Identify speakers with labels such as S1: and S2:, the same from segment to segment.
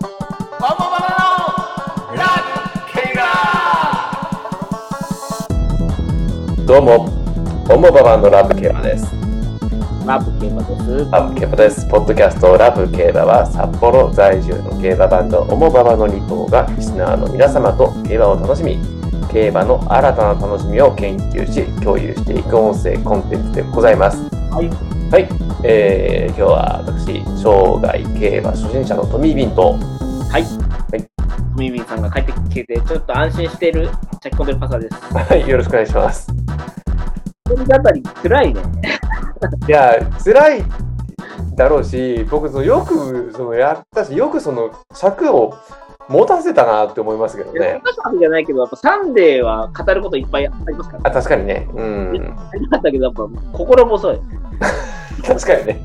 S1: バンバンバナナのラッケンガ
S2: どうも、オモババのラブ競馬です。
S3: ラブ競馬です。
S2: ラブ競馬です。ポッドキャストラブ競馬は札幌在住の競馬バンドオモババのリポーがリスナーの皆様と競馬を楽しみ、競馬の新たな楽しみを研究し、共有していく音声コンテンツでございます。
S3: はい。
S2: はい、えー、今日は私、生涯競馬初心者のトミー・ビンと、
S3: はい。トミービンさんが帰ってきて、ちょっと安心している、チャッコベルパサーです。
S2: はい、よろしくお願いします。
S3: 一人語り辛いね。
S2: いや、辛いだろうし、僕、そのよくそのやったし、よくその尺を持たせたなって思いますけどね
S3: ね。。パサじゃないけど、やっぱサンデーは語ることいっぱいありますから、ね。
S2: あ確かにね。うん。
S3: ありましたけど、やっぱ心細い。
S2: 確かにね。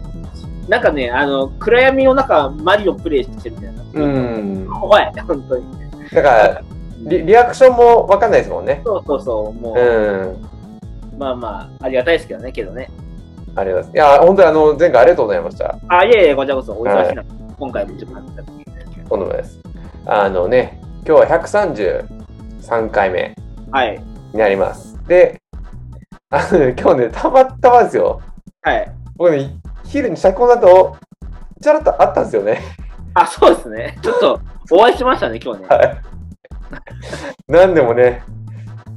S3: なんかね、あの、暗闇の中、マリオプレイしてるみたいな。
S2: うん。
S3: 怖い、本当に。
S2: だから、リリアクションもわかんないですもんね。
S3: そうそうそう、も
S2: う
S3: う、
S2: ん。
S3: まあまあ、ありがたいですけどね、けどね。
S2: ありがとうございます。いや、本当にあの、前回ありがとうございました。
S3: あ、いえいえ、こちらこそ、お忙しいな。今回もちょっと話した
S2: とんでもないです。あのね、今日は133回目
S3: はい。
S2: になります。で、あのね、今日ね、たまたまですよ。
S3: はい。
S2: 僕ね、昼に社交だと、ちゃらっとあったんですよね。
S3: あ、そうですね。ちょっと、お会いしましたね、今日ね。
S2: はい。なんでもね、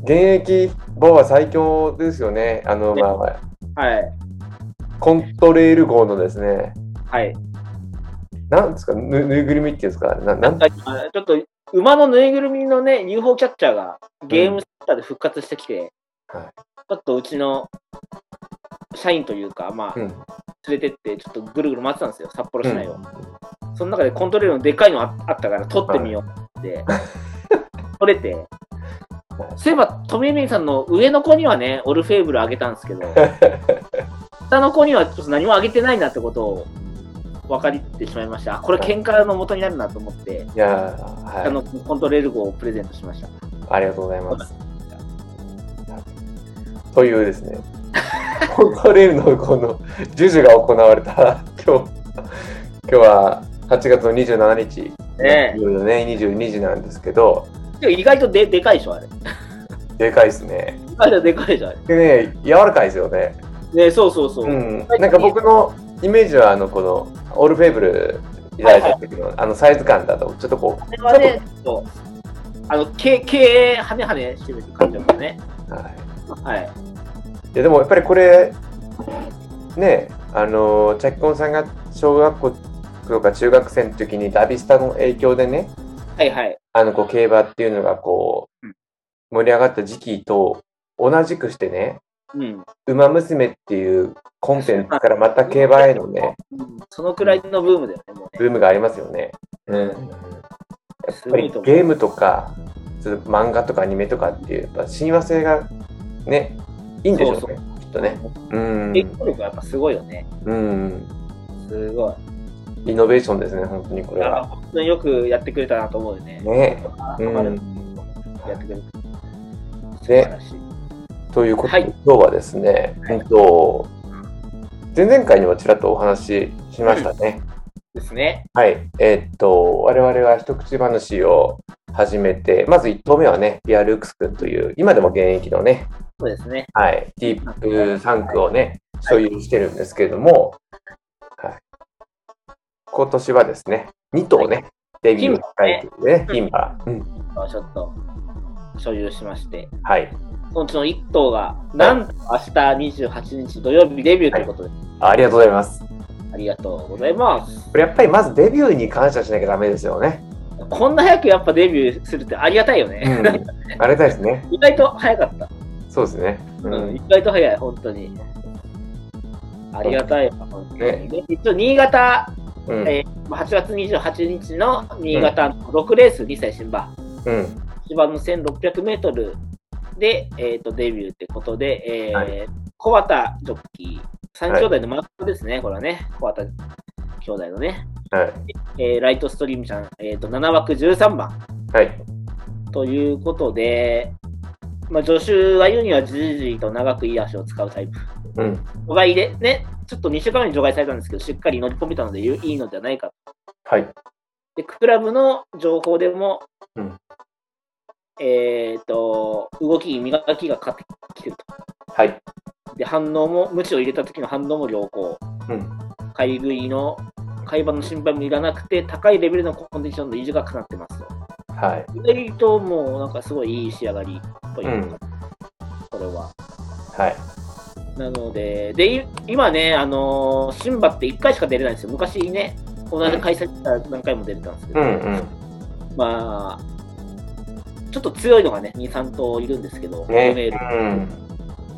S2: 現役ボは最強ですよね。あの、
S3: ね
S2: まあまあ、
S3: はい。
S2: コントレール号のですね、
S3: はい。
S2: なんですか、ぬぬいぐるみっていうんですか、ななん
S3: あちょっと馬のぬいぐるみのね、UFO キャッチャーがゲームセンターで復活してきて、
S2: はい
S3: ちょっとうちの社員というか、まあ、
S2: う
S3: 連
S2: ん
S3: れてって、ちょっとぐるぐる回ってたんですよ、札幌市内を。その中でコントレールのでっかいのああったから、撮ってみようって、取れて、そういえば、トミーミンさんの上の子にはね、オルフェーブルあげたんですけど、下の子にはちょっと何もあげてないなってことを分かってしまいました。あこれ、喧嘩の元になるなと思って。
S2: いやー、はい
S3: あのコントレール号をプレゼントしました。
S2: ありがとうございます。というですね、コントレールのこのジュジュが行われた今日、今日は8月の27日、
S3: ね
S2: 夜のね、22時なんですけど、
S3: え。意外とででかいでしょ、あれ。
S2: でかいですね。
S3: 意外とでかいでしょ、あれ。
S2: でね、柔らかいですよね。
S3: ねえそうそうそう。
S2: うん。なんか僕のイメージは、あの、この、オールフェーブルいただいた時の、あのサイズ感だと、ちょっとこ
S3: あれはね、ちょっと、あの、け経営、はねはねしてる感じだもんね。
S2: う、はい。
S3: はい。
S2: いやでもやっぱりこれねあのチャッコンさんが小学校とか中学生の時にダビスタの影響でね
S3: はいはい。
S2: あのこう競馬っていうのがこ
S3: うん
S2: う盛り上がった時期と同じくしてね
S3: うん。
S2: 「ウマ娘」っていうコンテンツからまた競馬へのね
S3: そのくらいのブームだよね、もうね。
S2: ブームがありますよね。うん、やっ
S3: す
S2: ぱ
S3: ご
S2: り
S3: いと思う。
S2: ゲームとかそれ漫画とかアニメとかっていうやっぱ親和性がねいいんでしょうね
S3: そうそ
S2: きっとね。うん
S3: 影響力はやっぱすごいよね。
S2: うん
S3: すごい。
S2: イノベーションですね、本当にこれ
S3: あ
S2: は。
S3: 本当によくやってくれたなと思うよね。
S2: ね
S3: あ
S2: うん
S3: ハマるやってくれた。素
S2: で
S3: 晴らしい。
S2: ということで、
S3: はい
S2: 今日はですね、
S3: はい
S2: えっと、前々回にもちらっとお話ししましたね。
S3: ですね。
S2: はい。えっと、我々は一口話を始めて、まず1投目はね、ビアルークス君という、今でも現役のね、
S3: そうですね。
S2: はい、ディープサンクをね、所有してるんですけれども、はい、今年はですね、2頭ね、デビューしたいというね、
S3: 牝
S2: 牝馬、うん。
S3: ちょっと、所有しまして。
S2: はい。
S3: そのうちの1頭が、なんと明日28日土曜日デビューということで、
S2: ありがとうございます。
S3: ありがとうございます。
S2: これやっぱりまずデビューに感謝しなきゃダメですよね。
S3: こんな早くやっぱデビューするってありがたいよね。
S2: あれですね。
S3: 意外と早かった。
S2: そうですね。う
S3: うん
S2: ん
S3: 意外と早い、本当に。ありがたいわ、本当
S2: ね
S3: に。で一応、新潟、
S2: うん
S3: えーまあ8月28日の新潟の6レース、2歳新馬、
S2: うん
S3: 芝の1600メートルで、えー、とデビューってことで、えー
S2: は
S3: 小畑ジョッキー、3兄弟の真っ子ですね、これはね、小畑兄弟のね、
S2: はい。
S3: えーライトストリームちゃん、えー、と7枠13番
S2: はい。
S3: ということで、まあ、助手が言うにはじりじりと長くいい足を使うタイプ。
S2: うん。
S3: 除外で、ね、ちょっと2週間前に除外されたんですけど、しっかり乗り込めたのでいいいのではないか
S2: はい。
S3: で、クラブの情報でも、
S2: うん
S3: えっ、と、動きに磨きがかかってきてる
S2: はい。
S3: と。で、反応も、無知を入れた時の反応も良好。
S2: うん。
S3: 買い食いの、買い場の心配もいらなくて、高いレベルのコンディションの維持がかなってますと。
S2: はい。
S3: 意外ともう、なんかすごいいい仕上がりというか、これは。
S2: はい。
S3: なので、で、い今ね、あのーシンバって1回しか出れないんですよ。昔ね、同じ会社にいたら何回も出れたんですけ
S2: う
S3: ど、
S2: んうん。
S3: まあ、ちょっと強いのがね、2、3頭いるんですけど、
S2: ね。
S3: オメール
S2: うん。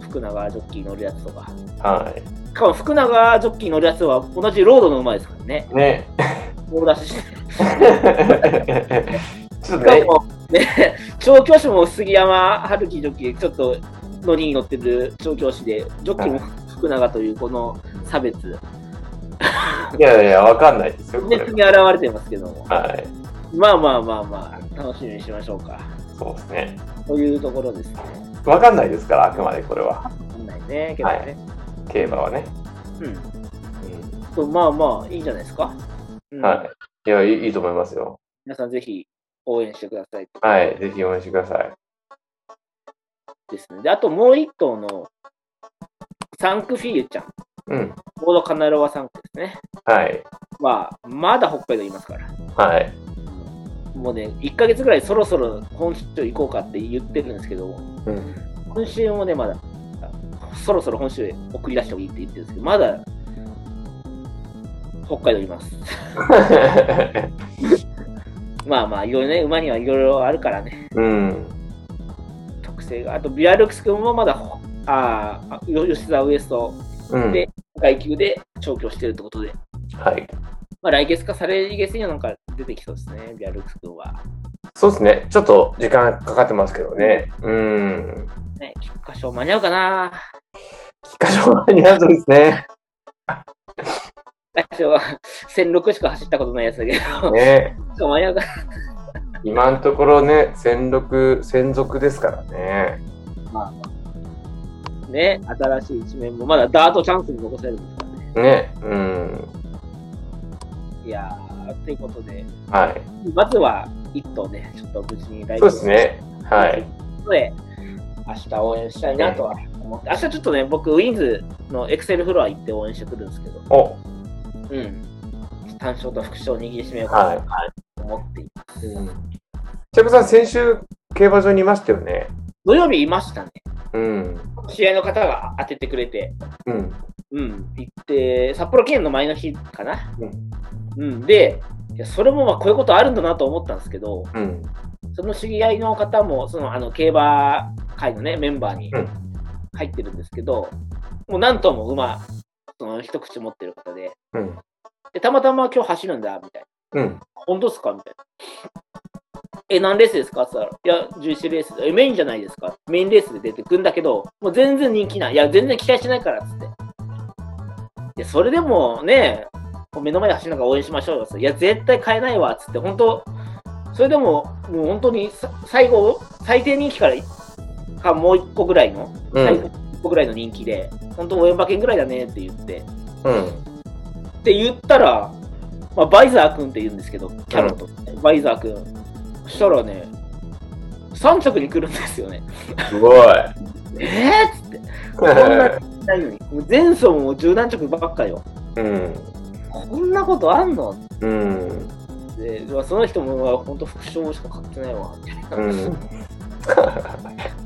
S3: 福永ジョッキー乗るやつとか。
S2: は
S3: しかも福永ジョッキー乗るやつは同じロードの馬ですからね、
S2: い。ね。
S3: 棒出しし
S2: ちょっ
S3: て。し
S2: と
S3: か
S2: ね。
S3: も、ね、調教師も杉山春樹ジョッキー、ちょっと乗りに乗ってる調教師で、ジョッキーも福永というこの差別、
S2: いやいや、わかんないですよ、これ
S3: 熱に現れてますけども。
S2: は。はい。
S3: まあまあまあまあ、楽しみにしましょうか。
S2: そうですね。
S3: というところですね。
S2: わかんないですから、あくまでこれは。
S3: わかんないね、けどね。
S2: 競馬はね。
S3: うん
S2: うん
S3: と。まあまあ、いいんじゃないですか。うん
S2: はい。いや、いいいいと思いますよ。
S3: 皆さんぜひ応援してください
S2: はい。ぜひ応援してください。
S3: ですね。で、あともう一頭のサンクフィーユちゃん。
S2: うん。
S3: ボードカナロワサンクですね。
S2: はい。
S3: まあ、まだ北海道いますから。
S2: はい。
S3: もうね、1ヶ月ぐらいそろそろ本州行こうかって言ってるんですけど、
S2: うん。
S3: 今週もね、まだ、そろそろ本州へ送り出してもいいって言ってるんですけど、まだ、北海道います。 まあまあ、いろいろね、馬にはいろいろあるからね、
S2: うん。
S3: 特性が。あと、ビアルクス君もまだ、ほあーあ、よ吉沢ウエスト、
S2: うん。
S3: で階級で調教してるってことで、
S2: はい。
S3: まあ、来月か再来月にはなんか出てきそうですね、ビアルクス君は。
S2: そうですね。ちょっと時間かかってますけどね。うん。
S3: ね、菊花賞間に合うかな
S2: 菊花賞間に合うとですね。
S3: 菊花賞は1006しか走ったことないやつだけど、
S2: ね。
S3: 間に合うか
S2: 今のところね、戦力、専属ですからね。
S3: なね、新しい一面も、まだダートチャンスに残せるんですからね。
S2: ね。うん。
S3: いやー、ということで、
S2: はい。
S3: まずは一頭ね、ちょっと無事に来
S2: そうですね。はい。
S3: で、明日応援したいなとは思って、明日ちょっとね、僕、ウィンズのエクセルフロア行って応援してくるんですけど、
S2: お、
S3: うん。単勝と副賞を握りしめよう
S2: は
S3: か
S2: い。
S3: なと思っています。
S2: ちゃぶさん、先週、競馬場にいましたよね。
S3: 土曜日いましたね。
S2: うん。
S3: 試合の方が当ててくれて、
S2: うん。
S3: うん、行って、札幌県の前の日かな。
S2: うん。
S3: うん、で、いやそれもまあこういうことあるんだなと思ったんですけど、
S2: うん。
S3: その知り合いの方も、そのあの競馬会のね、メンバーに
S2: うん
S3: 入ってるんですけど、もう何頭も馬、その一口持ってる方で、
S2: うん。
S3: でたまたま今日走るんだ、みたいな。
S2: うん。
S3: 本当っすかみたいな。え、何レースですかって言ったら、いや、11レースえ、メインじゃないですか。メインレースで出てくんだけど、もう全然人気ない。いや、全然期待してないから、つって。いや、それでもね、こう目の前で走るのから応援しましょうよつって。いや、絶対買えないわ、つって。本当それでも、もう本当にさ、最後、最低人気から、か、もう一個ぐらいの、
S2: うん
S3: 最後一個ぐらいの人気で、本当応援馬券ぐらいだねって言って。
S2: うん。
S3: って言ったら、まあ、バイザー君って言うんですけど、キャロット、バイザー君。そしたらね、3着に来るんですよね。
S2: すごい。
S3: えー、っつって、こんなにないのに。もう前走も十何着ばっかよ。
S2: うん。
S3: こんなことあんの
S2: うん。
S3: って、まあ、その人も、まあ、本当副賞しか買ってないわ。
S2: うん。
S3: だか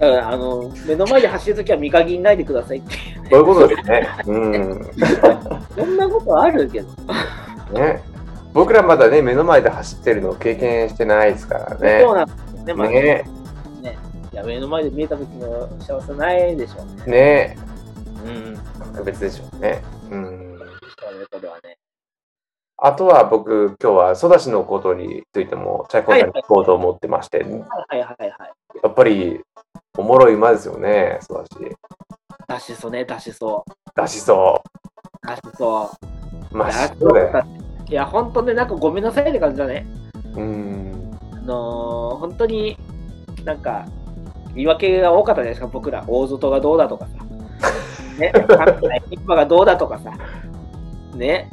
S3: ら、あの、目の前で走るときは見限らないでくださいっていう、
S2: そういうことですね。うん。
S3: そんなことあるけど。
S2: ね。僕らまだね、目の前で走ってるのを経験してないですからね
S3: そう。なんですよね、まあ、ね
S2: ね。
S3: いや目の前で見えた時の幸せないでしょうね。
S2: ね。
S3: うん。
S2: 特別でしょうね。うん。
S3: これはね。
S2: あとは僕、今日はソダシのことについても、チャイコンさんに聞こうと思ってまして、
S3: はいはいはいはい。
S2: やっぱり、おもろい馬ですよね、ソダシ。
S3: 出しそうね、出しそう。
S2: 出しそ。
S3: 出しそうう。
S2: まあ、し
S3: 出
S2: そうだ
S3: し
S2: よ。
S3: そういや、本当ね、なんかごめんなさいって感じだね。
S2: うん。
S3: あのー、本当になんか言い訳が多かったじゃないですか、僕ら。大外がどうだとかさ。 ね、関西一派がどうだとかさ。ね、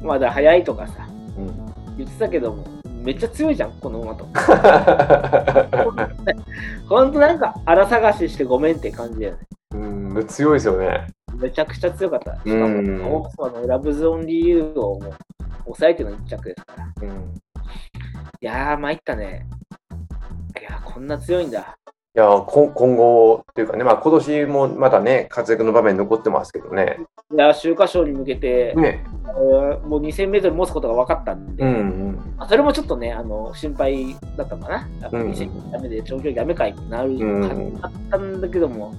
S3: まだ早いとかさ。
S2: うん
S3: 言ってたけども、めっちゃ強いじゃん、この馬と。ほんとなんか、荒探ししてごめんって感じだよね。
S2: うん、強いですよね。
S3: めちゃくちゃ強かった。しか
S2: うん
S3: も、オークスマンのラブゾーン理由をもう抑えての一着ですから。い
S2: うん、
S3: やー、参ったね。いやー、こんな強いんだ。
S2: いや今、今後というかね、まあ、今年もまだね、活躍の場面残ってますけどね。
S3: いやー、秋華賞に向けて、
S2: ね。
S3: えーもう 2000m 持つことが分かったんで、
S2: うん、うん。
S3: まあそれもちょっとね、あの心配だったのかな。やっぱ
S2: うん
S3: 2000m ダメで長距離ダメかいってなる
S2: うん
S3: かったんだけども、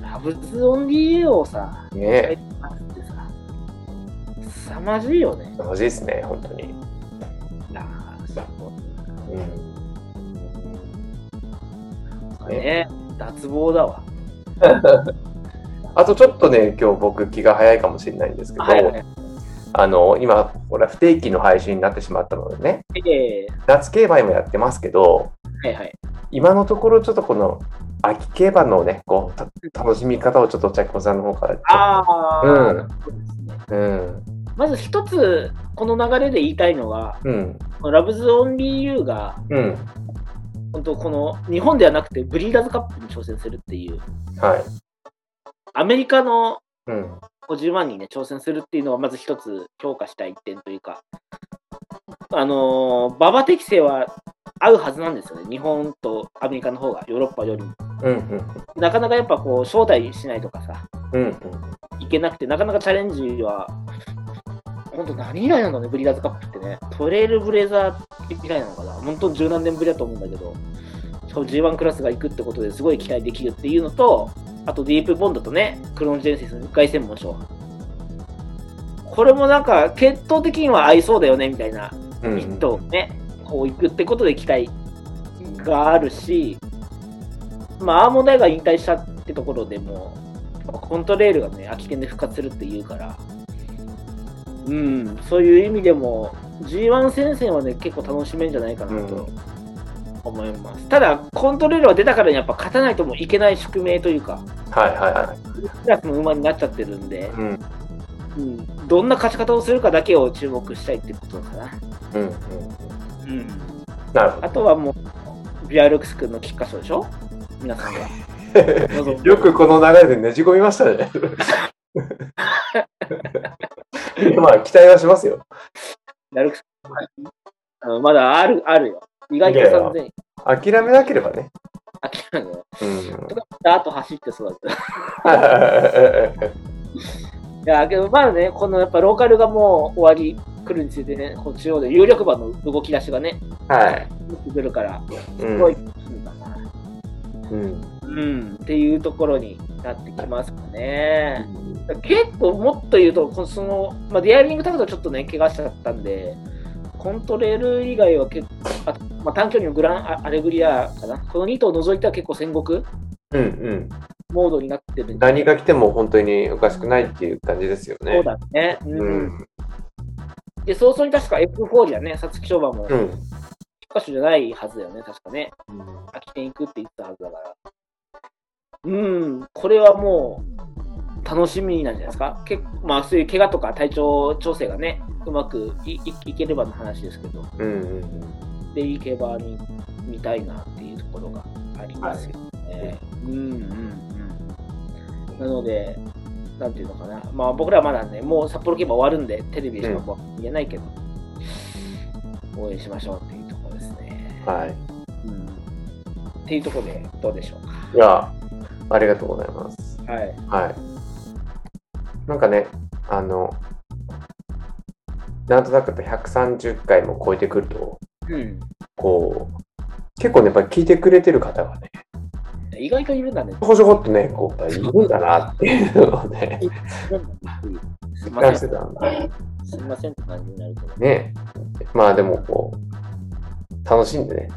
S3: ラブズオンリーをさ、
S2: ね。
S3: ってさ、凄まじいよね。
S2: 楽しいですね、本当に。
S3: あーそう
S2: うん。
S3: ね、脱帽だわ。
S2: あとちょっとね、今日僕気が早いかもしれないんですけど、
S3: はいはい。
S2: あの、今、ほら、不定期の配信になってしまったのでね、
S3: え
S2: 夏競馬今やってますけど、
S3: ーはいはい。
S2: 今のところちょっとこの秋競馬のね、こう、た楽しみ方をちょっとチャッコさんの方から。
S3: ああ、
S2: うん
S3: そうです
S2: う
S3: ね。
S2: ん。
S3: まず一つ、この流れで言いたいのは、
S2: うん。
S3: ラブズオンリーユーが、
S2: うん。
S3: 本当この日本ではなくてブリーダーズカップに挑戦するっていう
S2: はい。
S3: アメリカの
S2: うん。
S3: 50万人ね挑戦するっていうのがまず一つ評価したい点というかあのー馬場適性は合うはずなんですよね日本とアメリカの方がヨーロッパよりも
S2: うん。
S3: なかなかやっぱこう招待しないとかさ
S2: うん。
S3: いけなくてなかなかチャレンジは本当何以来なのねブリーダーズカップってねトレイルブレザー以来なのかな本当十何年ぶりだと思うんだけどしかも G1 クラスが行くってことですごい期待できるっていうのとあとディープボンドとねクロンジェンセスの1回戦も賞これもなんか決闘的には合いそうだよねみたいな
S2: うん。
S3: 一頭ね、こう行くってことで期待があるし、まあ、アーモンダイが引退したってところでも、コントレールがね、空き店で復活するっていうから、うん、そういう意味でも、G1 戦線はね、結構楽しめんじゃないかなと思います。ただ、コントレールは出たからにやっぱ勝たないともいけない宿命というか、
S2: はいはいはい。
S3: クラスの馬になっちゃってるんで、
S2: うん。
S3: うん、どんな勝ち方をするかだけを注目したいってことかな。
S2: うん。うん。
S3: うん
S2: なるほ
S3: あとはもう、ビアルクス君の菊花賞でしょ皆さんが。望む
S2: ど。よくこの流れでねじ込みましたね。まあ、期待はしますよ。
S3: ビアルクスあのまだある、あるよ。意外と
S2: いやいや
S3: 3000円。
S2: 諦めなければね。
S3: 諦めないよ。
S2: うん。
S3: あと走ってそうだった。いや、けどまあね、このやっぱローカルがもう終わり来るについてね、こう中央で有力馬の動き出しがね、
S2: はい。
S3: 来るから、
S2: う
S3: す
S2: ん
S3: ごい、うんだな
S2: うん。
S3: うん、っていうところになってきますかね。結構もっと言うと、このそのまあ、ディアリングタグとちょっとね、怪我しちゃったんで、コントレール以外は結構、あとまあ、短距離のグランアアレグリアかな、この2頭を除いては結構戦国
S2: うんうん。
S3: モードになってるんで、
S2: 何が来ても本当におかしくないっていう感じですよね。
S3: そうだね。うん
S2: うん。
S3: で、早々に確かエクフォーリアね、皐月賞馬も、
S2: う
S3: 菊
S2: ん。
S3: 花賞じゃないはずだよね、確かね。秋天行くって言ってたはずだから。うん、これはもう楽しみなんじゃないですか。結構まあ、そういう怪我とか体調調整がね、うまくいいいければの話ですけど。
S2: うんうん。
S3: でいけばに見たいなっていうところがありますよね。うんうんうん。なので、なんていうのかな、まあ、僕らはまだね、もう札幌競馬終わるんで、テレビでしかもう言えないけど、応援しましょうっていうところですね。
S2: はい。
S3: うん、っていうところで、どうでしょう
S2: いや、ありがとうございます。
S3: か。はい。
S2: はい。なんかね、あの、なんとなくやっぱ130回も超えてくると、
S3: うん、
S2: こう、結構ね、やっぱり聞いてくれてる方がね、
S3: 意外といるんだね。
S2: ちょこちょこっとね、こう、やっぱいるんだなっていうのをね、
S3: すい
S2: 実
S3: ませ
S2: 感
S3: ん
S2: し。てたんだ。
S3: すいませんって感じになるけど。
S2: ね。まあでも、こう、楽しんでね。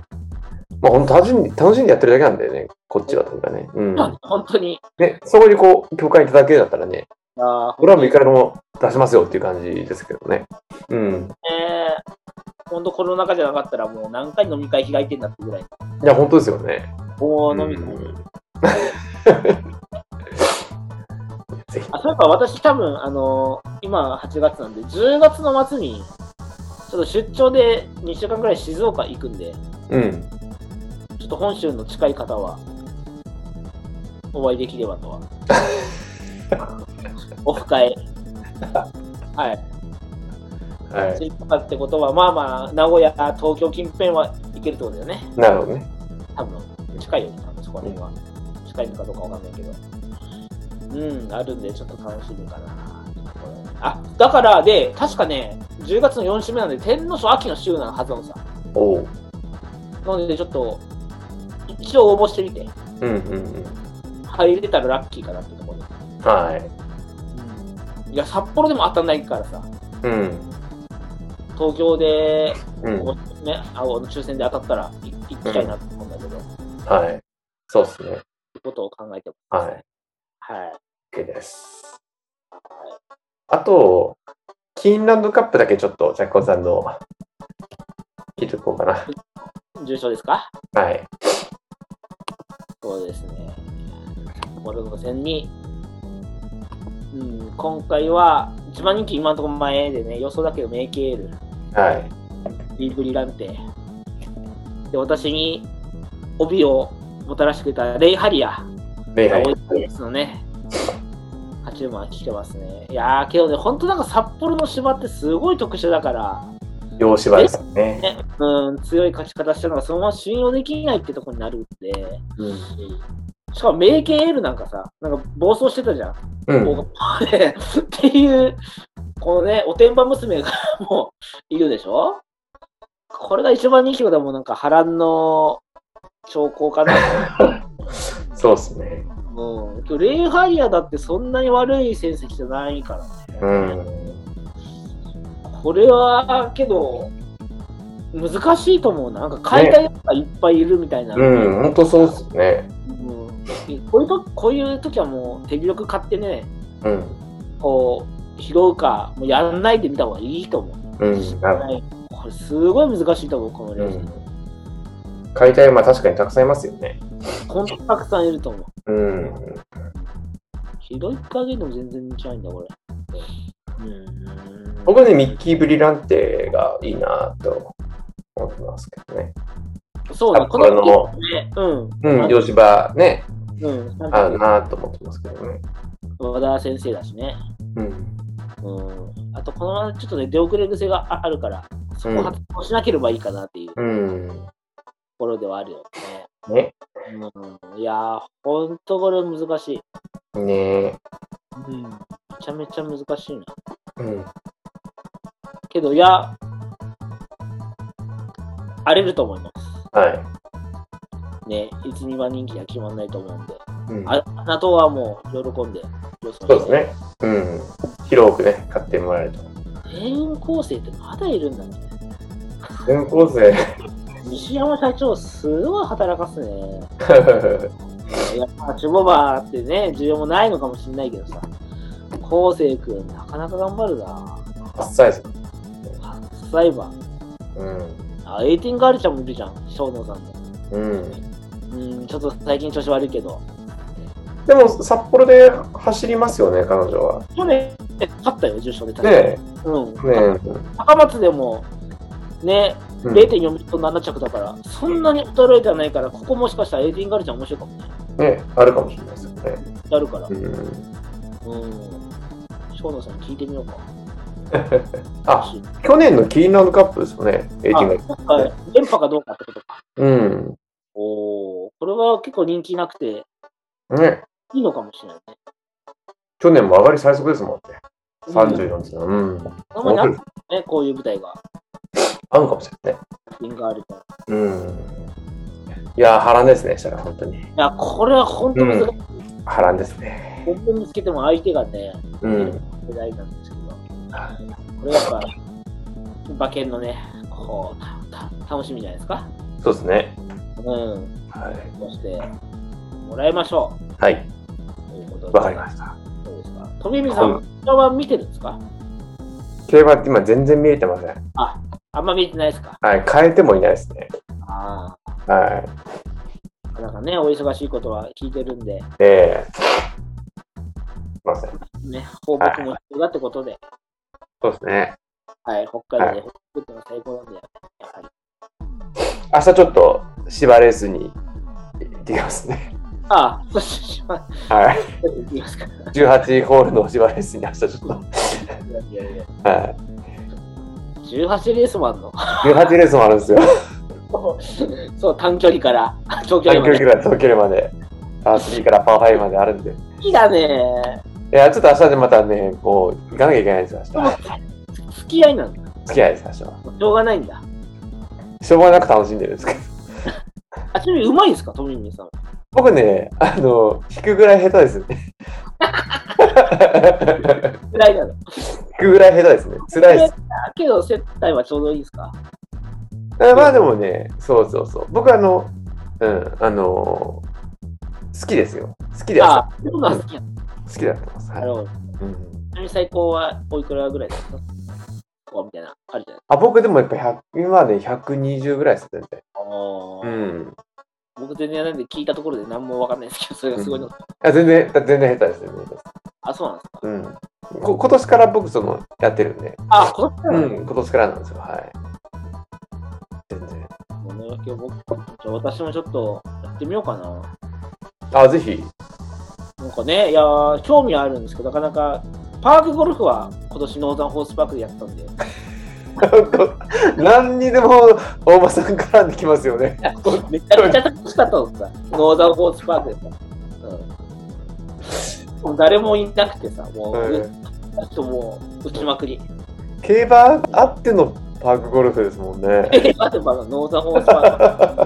S2: まあ本当楽しんで、楽しんでやってるだけなんだよね、こっちはというかね。うん。
S3: 本当に。
S2: ね、そこにこう、共感いただけるんだったらね、
S3: あ
S2: これはもういくらでも出しますよっていう感じですけどね。うん。
S3: ね本当コロナ禍じゃなかったらもう何回飲み会開いてんだってぐらい
S2: いや、本当ですよね。
S3: おー飲み会、
S2: うん ぜひ。
S3: あそういえば私多分あのー今8月なんで10月の末にちょっょっと出張で2週間ぐらい静岡行くんで、
S2: うん。
S3: ちょっと本州の近い方は、お会いできればと は。オフ会。はい。
S2: は
S3: そういうことってことは、まあまあ、名古屋、東京近辺は行けるってことだよね。
S2: い。なるほどね。
S3: 多分、近いよね、多分そこら辺は。近いのかどうかわかんないけど。うん、あるんで、ちょっと楽しみかな。あ、だから、で、確かね、10月の4週目なんで、天皇賞秋の週なのはずなのさ。
S2: おう。
S3: なので、ちょっと、一応応募してみて。
S2: うんうんうん。
S3: 入れたらラッキーかなってところで。
S2: はい。
S3: いや、札幌でも当たんないからさ、
S2: うん。
S3: 東京で、
S2: うん。
S3: ね、あの抽選で当たったらい行きたいなと思うんだけど、って
S2: はい。そうですね。
S3: ことを考えてます
S2: はい。
S3: はい。
S2: OK です。あと、キーンランドカップだけちょっと、ジャッコさんの、聞いておこうかな。
S3: 重賞ですか
S2: はい。
S3: そうですね。俺の戦に、うん、今回は、一番人気今のところ前でね、予想だけど、メイケール、
S2: はい。
S3: リーブリランテ、で、私に帯をもたらしてくれたレイ・ハリア、
S2: 礼
S3: はい
S2: 拝。
S3: ですのね。8馬来てますね。いやー、けどね、ほんとなんか札幌の芝ってすごい特殊だから、
S2: 洋芝ですね。
S3: うん、強い勝ち方したのがそのまま信用できないってとこになるんで、
S2: うん。
S3: しかも名犬エールなんかさ、なんか暴走してたじゃん。
S2: うん。
S3: こうっていう、このね、おてんば娘がもういるでしょこれが一番人気だもうなんか波乱の兆候かな。
S2: そうですね。
S3: うん、今日レイハイヤだってそんなに悪い成績じゃないからね。
S2: うん。
S3: これは、けど、難しいと思うな。なんか買いたいやつがいっぱいいるみたいな。
S2: うん、本当そうですね。
S3: うんこういうとこういう時はもう手広く買ってね、
S2: うん。
S3: こう、拾うか、もうやんないでみた方がいいと思う。
S2: うん。なるほ
S3: はいこれすごい難しいと思う、この
S2: ど。
S3: レ
S2: う
S3: ース。
S2: ん。買いたい馬確かにたくさんいますよね。
S3: ほんとたくさんいると思う。
S2: うん。
S3: 拾い加減でも全然違いんだ、これ。うん。
S2: 僕はね、ミッキー・ブリランテがいいなと思ってますけどね。
S3: そうだ、
S2: 札
S3: こ
S2: 幌の
S3: の時ね、うん。
S2: うん、洋芝ね、
S3: うん。なん
S2: 合
S3: か
S2: うなと思ってますけどね。
S3: 和田先生だしね。
S2: うん。
S3: うん。あと、このままちょっとね、出遅れ癖がああるから、そこ発動しなければいいかなっていうと
S2: うん。
S3: ころではあるよね。
S2: ね。
S3: うん、いやー、ほんとこれ難しい。
S2: ねえ。
S3: うん。めちゃめちゃ難しいな。
S2: うん。
S3: けど、いや、荒れると思います。
S2: は
S3: ね、1、2番人気は決まんないと思うんで、
S2: い。うん、
S3: ああなたはもう喜んで、予想
S2: そうですね。うん。広くね、買ってもらえると。
S3: 定員構成ってまだいるんだね。
S2: 全校生。
S3: 西山社長、すごい働かすね。いや、まあ、チュボバーってね、需要もないのかもしれないけどさ、昴生君、なかなか頑張るな。
S2: あっさいです。
S3: サイバー。
S2: うん。
S3: あ、エイティンガールちゃんもいるじゃん、翔野さんの。
S2: うん。
S3: うん、ちょっと最近調子悪いけど。
S2: でも、札幌で走りますよね、彼女は。
S3: 去年、勝ったよ、重賞で。確か
S2: ね
S3: うん。
S2: え。ねえ。
S3: 高松でも、ね、
S2: うん
S3: 0.4ミリと7着だから、そんなに衰えてはないから、ここもしかしたらエイティンガールちゃん面白いかもね。
S2: ねえあるかもしれないですよね。
S3: やるから。う。
S2: うんん。
S3: 翔野さんに聞いてみようか。
S2: あ、去年のキーンランドカップですよね、エイティンが。
S3: あはい連覇かどうかってことか。
S2: うん。
S3: おー、これは結構人気なくて、
S2: ね
S3: いいのかもしれないね。
S2: 去年も上がり最速ですもんね。34ですよ。うん。
S3: あんまりあるね、こういう舞台が。
S2: 合うかもしれない。
S3: エイティンガールちゃん。い
S2: うん。いやー、波乱ですね、したら、本当に。
S3: や、これは本当難しい。
S2: 波乱ですね。
S3: 本当につけても相手がね、
S2: うん。
S3: 世代なんですけど、これやっぱ、馬券のね、こう、たた楽しみじゃないですか。
S2: そうですね。
S3: うん。
S2: はい。
S3: そして、もらいましょ
S2: はい。
S3: う。ということで。
S2: わかりました。
S3: そうですか。富見さん、
S2: う
S3: 競馬見てるんですか
S2: 競馬って今全然見えてません。
S3: あ、あんま見えてないですか
S2: はい。変えてもいないですね。
S3: あ
S2: は
S3: あ。なんかね、お忙しいことは聞いてるんで、
S2: い。で、すいません。
S3: ね、報告も必要だってことで、
S2: そうですね。
S3: はい、北海道で作っても最高なんだよ、やっぱり。
S2: 明日ちょっと縛れずに行ってきますね。
S3: あ あ、そうしま
S2: はい。
S3: す。いきますか。い
S2: 18ホールの縛れずに明日ちょっと。
S3: やいやいや。
S2: はい。
S3: 18レースもあるの
S2: 18レースもあるんですよ。
S3: そう、短距離から、長距
S2: 短
S3: 離
S2: 距
S3: ま
S2: 離か
S3: で。
S2: ら長距離まで。パー3からパー5まであるんで。
S3: 好きだね。
S2: いや、ちょっと明日でまたね、こう、行かなきゃいけないんですよ、
S3: で
S2: 明
S3: も
S2: 日。、
S3: 付き合いなんだ。
S2: 付き合いです、明日は。
S3: しょうがないんだ。
S2: しょうがなく楽しんでるんですけど。
S3: あ、ちなみにうまいんですか、富峰さん。
S2: 僕ね、あの、弾くぐらい下手ですね。 弾
S3: ぐらいなの。
S2: くぐらい下手ですね。辛 いです。
S3: だけど、接待はちょうどいいですか。
S2: あまあでもね、そうそうそう。僕あの、うん、あのー好きですよ。好きです。好
S3: あ、そういうのは好きなんだ。
S2: きだと思います。は
S3: ないるほど。ち
S2: うん、
S3: なみに最高はおいくらぐらいですかこうみたいな、あるじゃない
S2: あ僕でもやっぱ100今ね、120ぐらいです、全体。
S3: お
S2: う
S3: ー
S2: ん。
S3: 僕全然なんで聞いたところで何もわかんないですけど、それがすごいの。
S2: あ全然、だ全然下手です、全然下手です。
S3: あ、そうなんですか。
S2: うん。こ今年から僕、その、やってるんで。
S3: あ、こっち
S2: う
S3: なん
S2: ん、今年からなんですよ、はい。全然。
S3: もうね、今日僕、じゃあ私もちょっとやってみようかな。
S2: あ、ぜひ。
S3: なんかね、いやー、興味はあるんですけど、なかなか、パークゴルフは今年ノーザンホースパークでやった んで、
S2: 何にでも大場さん絡んできますよね。
S3: めちゃめちゃ楽しかったんですさ、ノーザンホースパークでさ。うん、もう誰もいなくてさ、もう、
S2: う
S3: うんちょっともう、打ちまくり。
S2: 競馬あってのパークゴルフですもんね。
S3: え、 待てばノーザンホース パ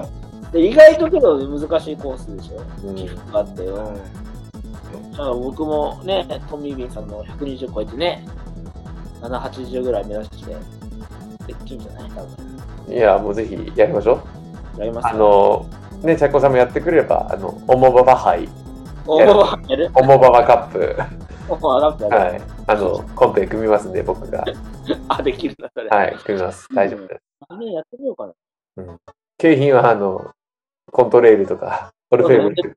S3: ーク。で意外とけど難しいコースでし
S2: う
S3: ょ。
S2: ん
S3: 起伏があってよ。だから僕もね、トミー・ビンさんの120超えてね、7、80ぐらい目指して、できんじゃない多分。
S2: いや、もうぜひやりましょう。
S3: やります
S2: あの、ね、チャッコさんもやってくれれば、あの、オモババ杯、
S3: おー、やる
S2: オモババカップ、
S3: おー、上がったや
S2: は
S3: る。
S2: い、あの、コンペ組みますんで、僕が。
S3: あ、できるな、それ。
S2: はい、組みます。大丈夫です。
S3: ね、やってみようかな。
S2: 景品は、あの、コントレイルとか、オルフェーブル。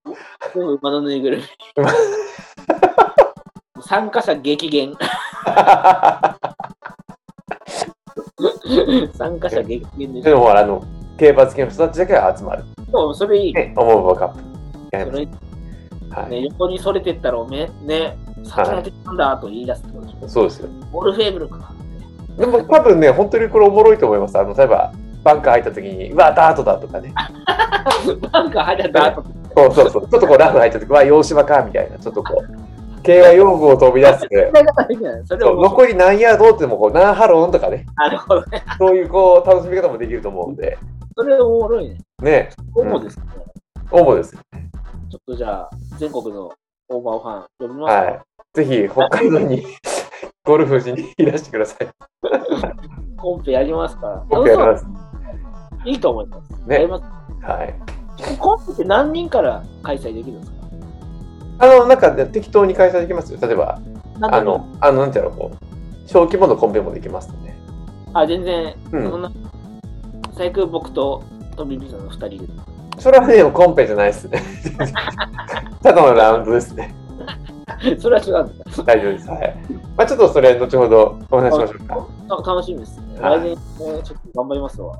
S3: 全部馬のぬ いぐるみ
S2: 馬。
S3: 参加者激減。参加者激減でし
S2: で
S3: ょ。
S2: も、ほら、あの、競馬好きの人たちだけが集まる。
S3: そうそれいい。
S2: ね、オモババカップ。や
S3: そ
S2: りまし
S3: れ
S2: ょうはい。
S3: ね、横にそれてったらおめ、ね、魚出たんだと言い出すってことでしょ。
S2: そうですよ。
S3: オルフェーブルか。
S2: でも多分ね、本当にこれおもろいと思います。あの、例えば、バンカー入った時に、うわ、ダートだとかね。
S3: なんか入った後
S2: そうそうそう。ちょっとこう、ラフ入った時、うわ、洋芝か、みたいな。ちょっとこう、競馬用語を飛び出す。
S3: 使い方 できない。それ
S2: そう
S3: を
S2: 残り何ヤードってもこう、何ハロンとかね。
S3: なるほどね。
S2: そういうこう、楽しみ方もできると思うんで。
S3: それおもろいね。
S2: ね、
S3: 主ですね。
S2: 応募です。
S3: ちょっとじゃあ、全国のオーバーファン呼びますか、
S2: はい。ぜひ、北海道に、 ゴルフしにいらしてください。
S3: コンペやりますから。
S2: 僕やります。
S3: いいと思います。やり
S2: ね。
S3: ます
S2: はい。
S3: コンペって何人から開催できるんですか
S2: あの、なんか、ね、適当に開催できますよ。例えば、
S3: 何
S2: あ
S3: 人
S2: の、あの、なんていうの、こう、小規模のコンペもできますんで。
S3: あ、全然、
S2: うん
S3: そんな、最悪僕とトミー・ビザの2人で。
S2: それはね、コンペじゃないですね。 ただのラウンドですね。
S3: それは違うんだ。
S2: 大丈夫です。はい。まあ、ちょっとそれ、後ほどお話しましょうか。
S3: た楽しみですね。
S2: はい
S3: 来年、ね、ちょっと頑張りますわ。
S2: はい。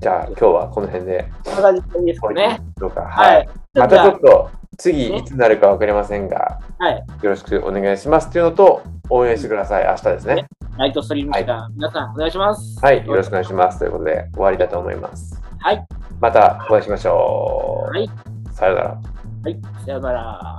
S2: じゃあ、今日はこの辺で、
S3: こんな感じでいいですかね。
S2: どうか。はい。。ま
S3: じ
S2: た
S3: ゃ
S2: ち
S3: あ
S2: ょっと、次、いつになるかわかりませんが、
S3: はい。
S2: よろしくお願いしますというのと、応援してください。明日ですね。
S3: ナイトストリームした、皆さんお願いします。
S2: はい。よろしくお願いします。ということで、終わりだと思います。
S3: はい。
S2: またお会いしましょう。
S3: はい。
S2: さようなら。
S3: はい。さよなら。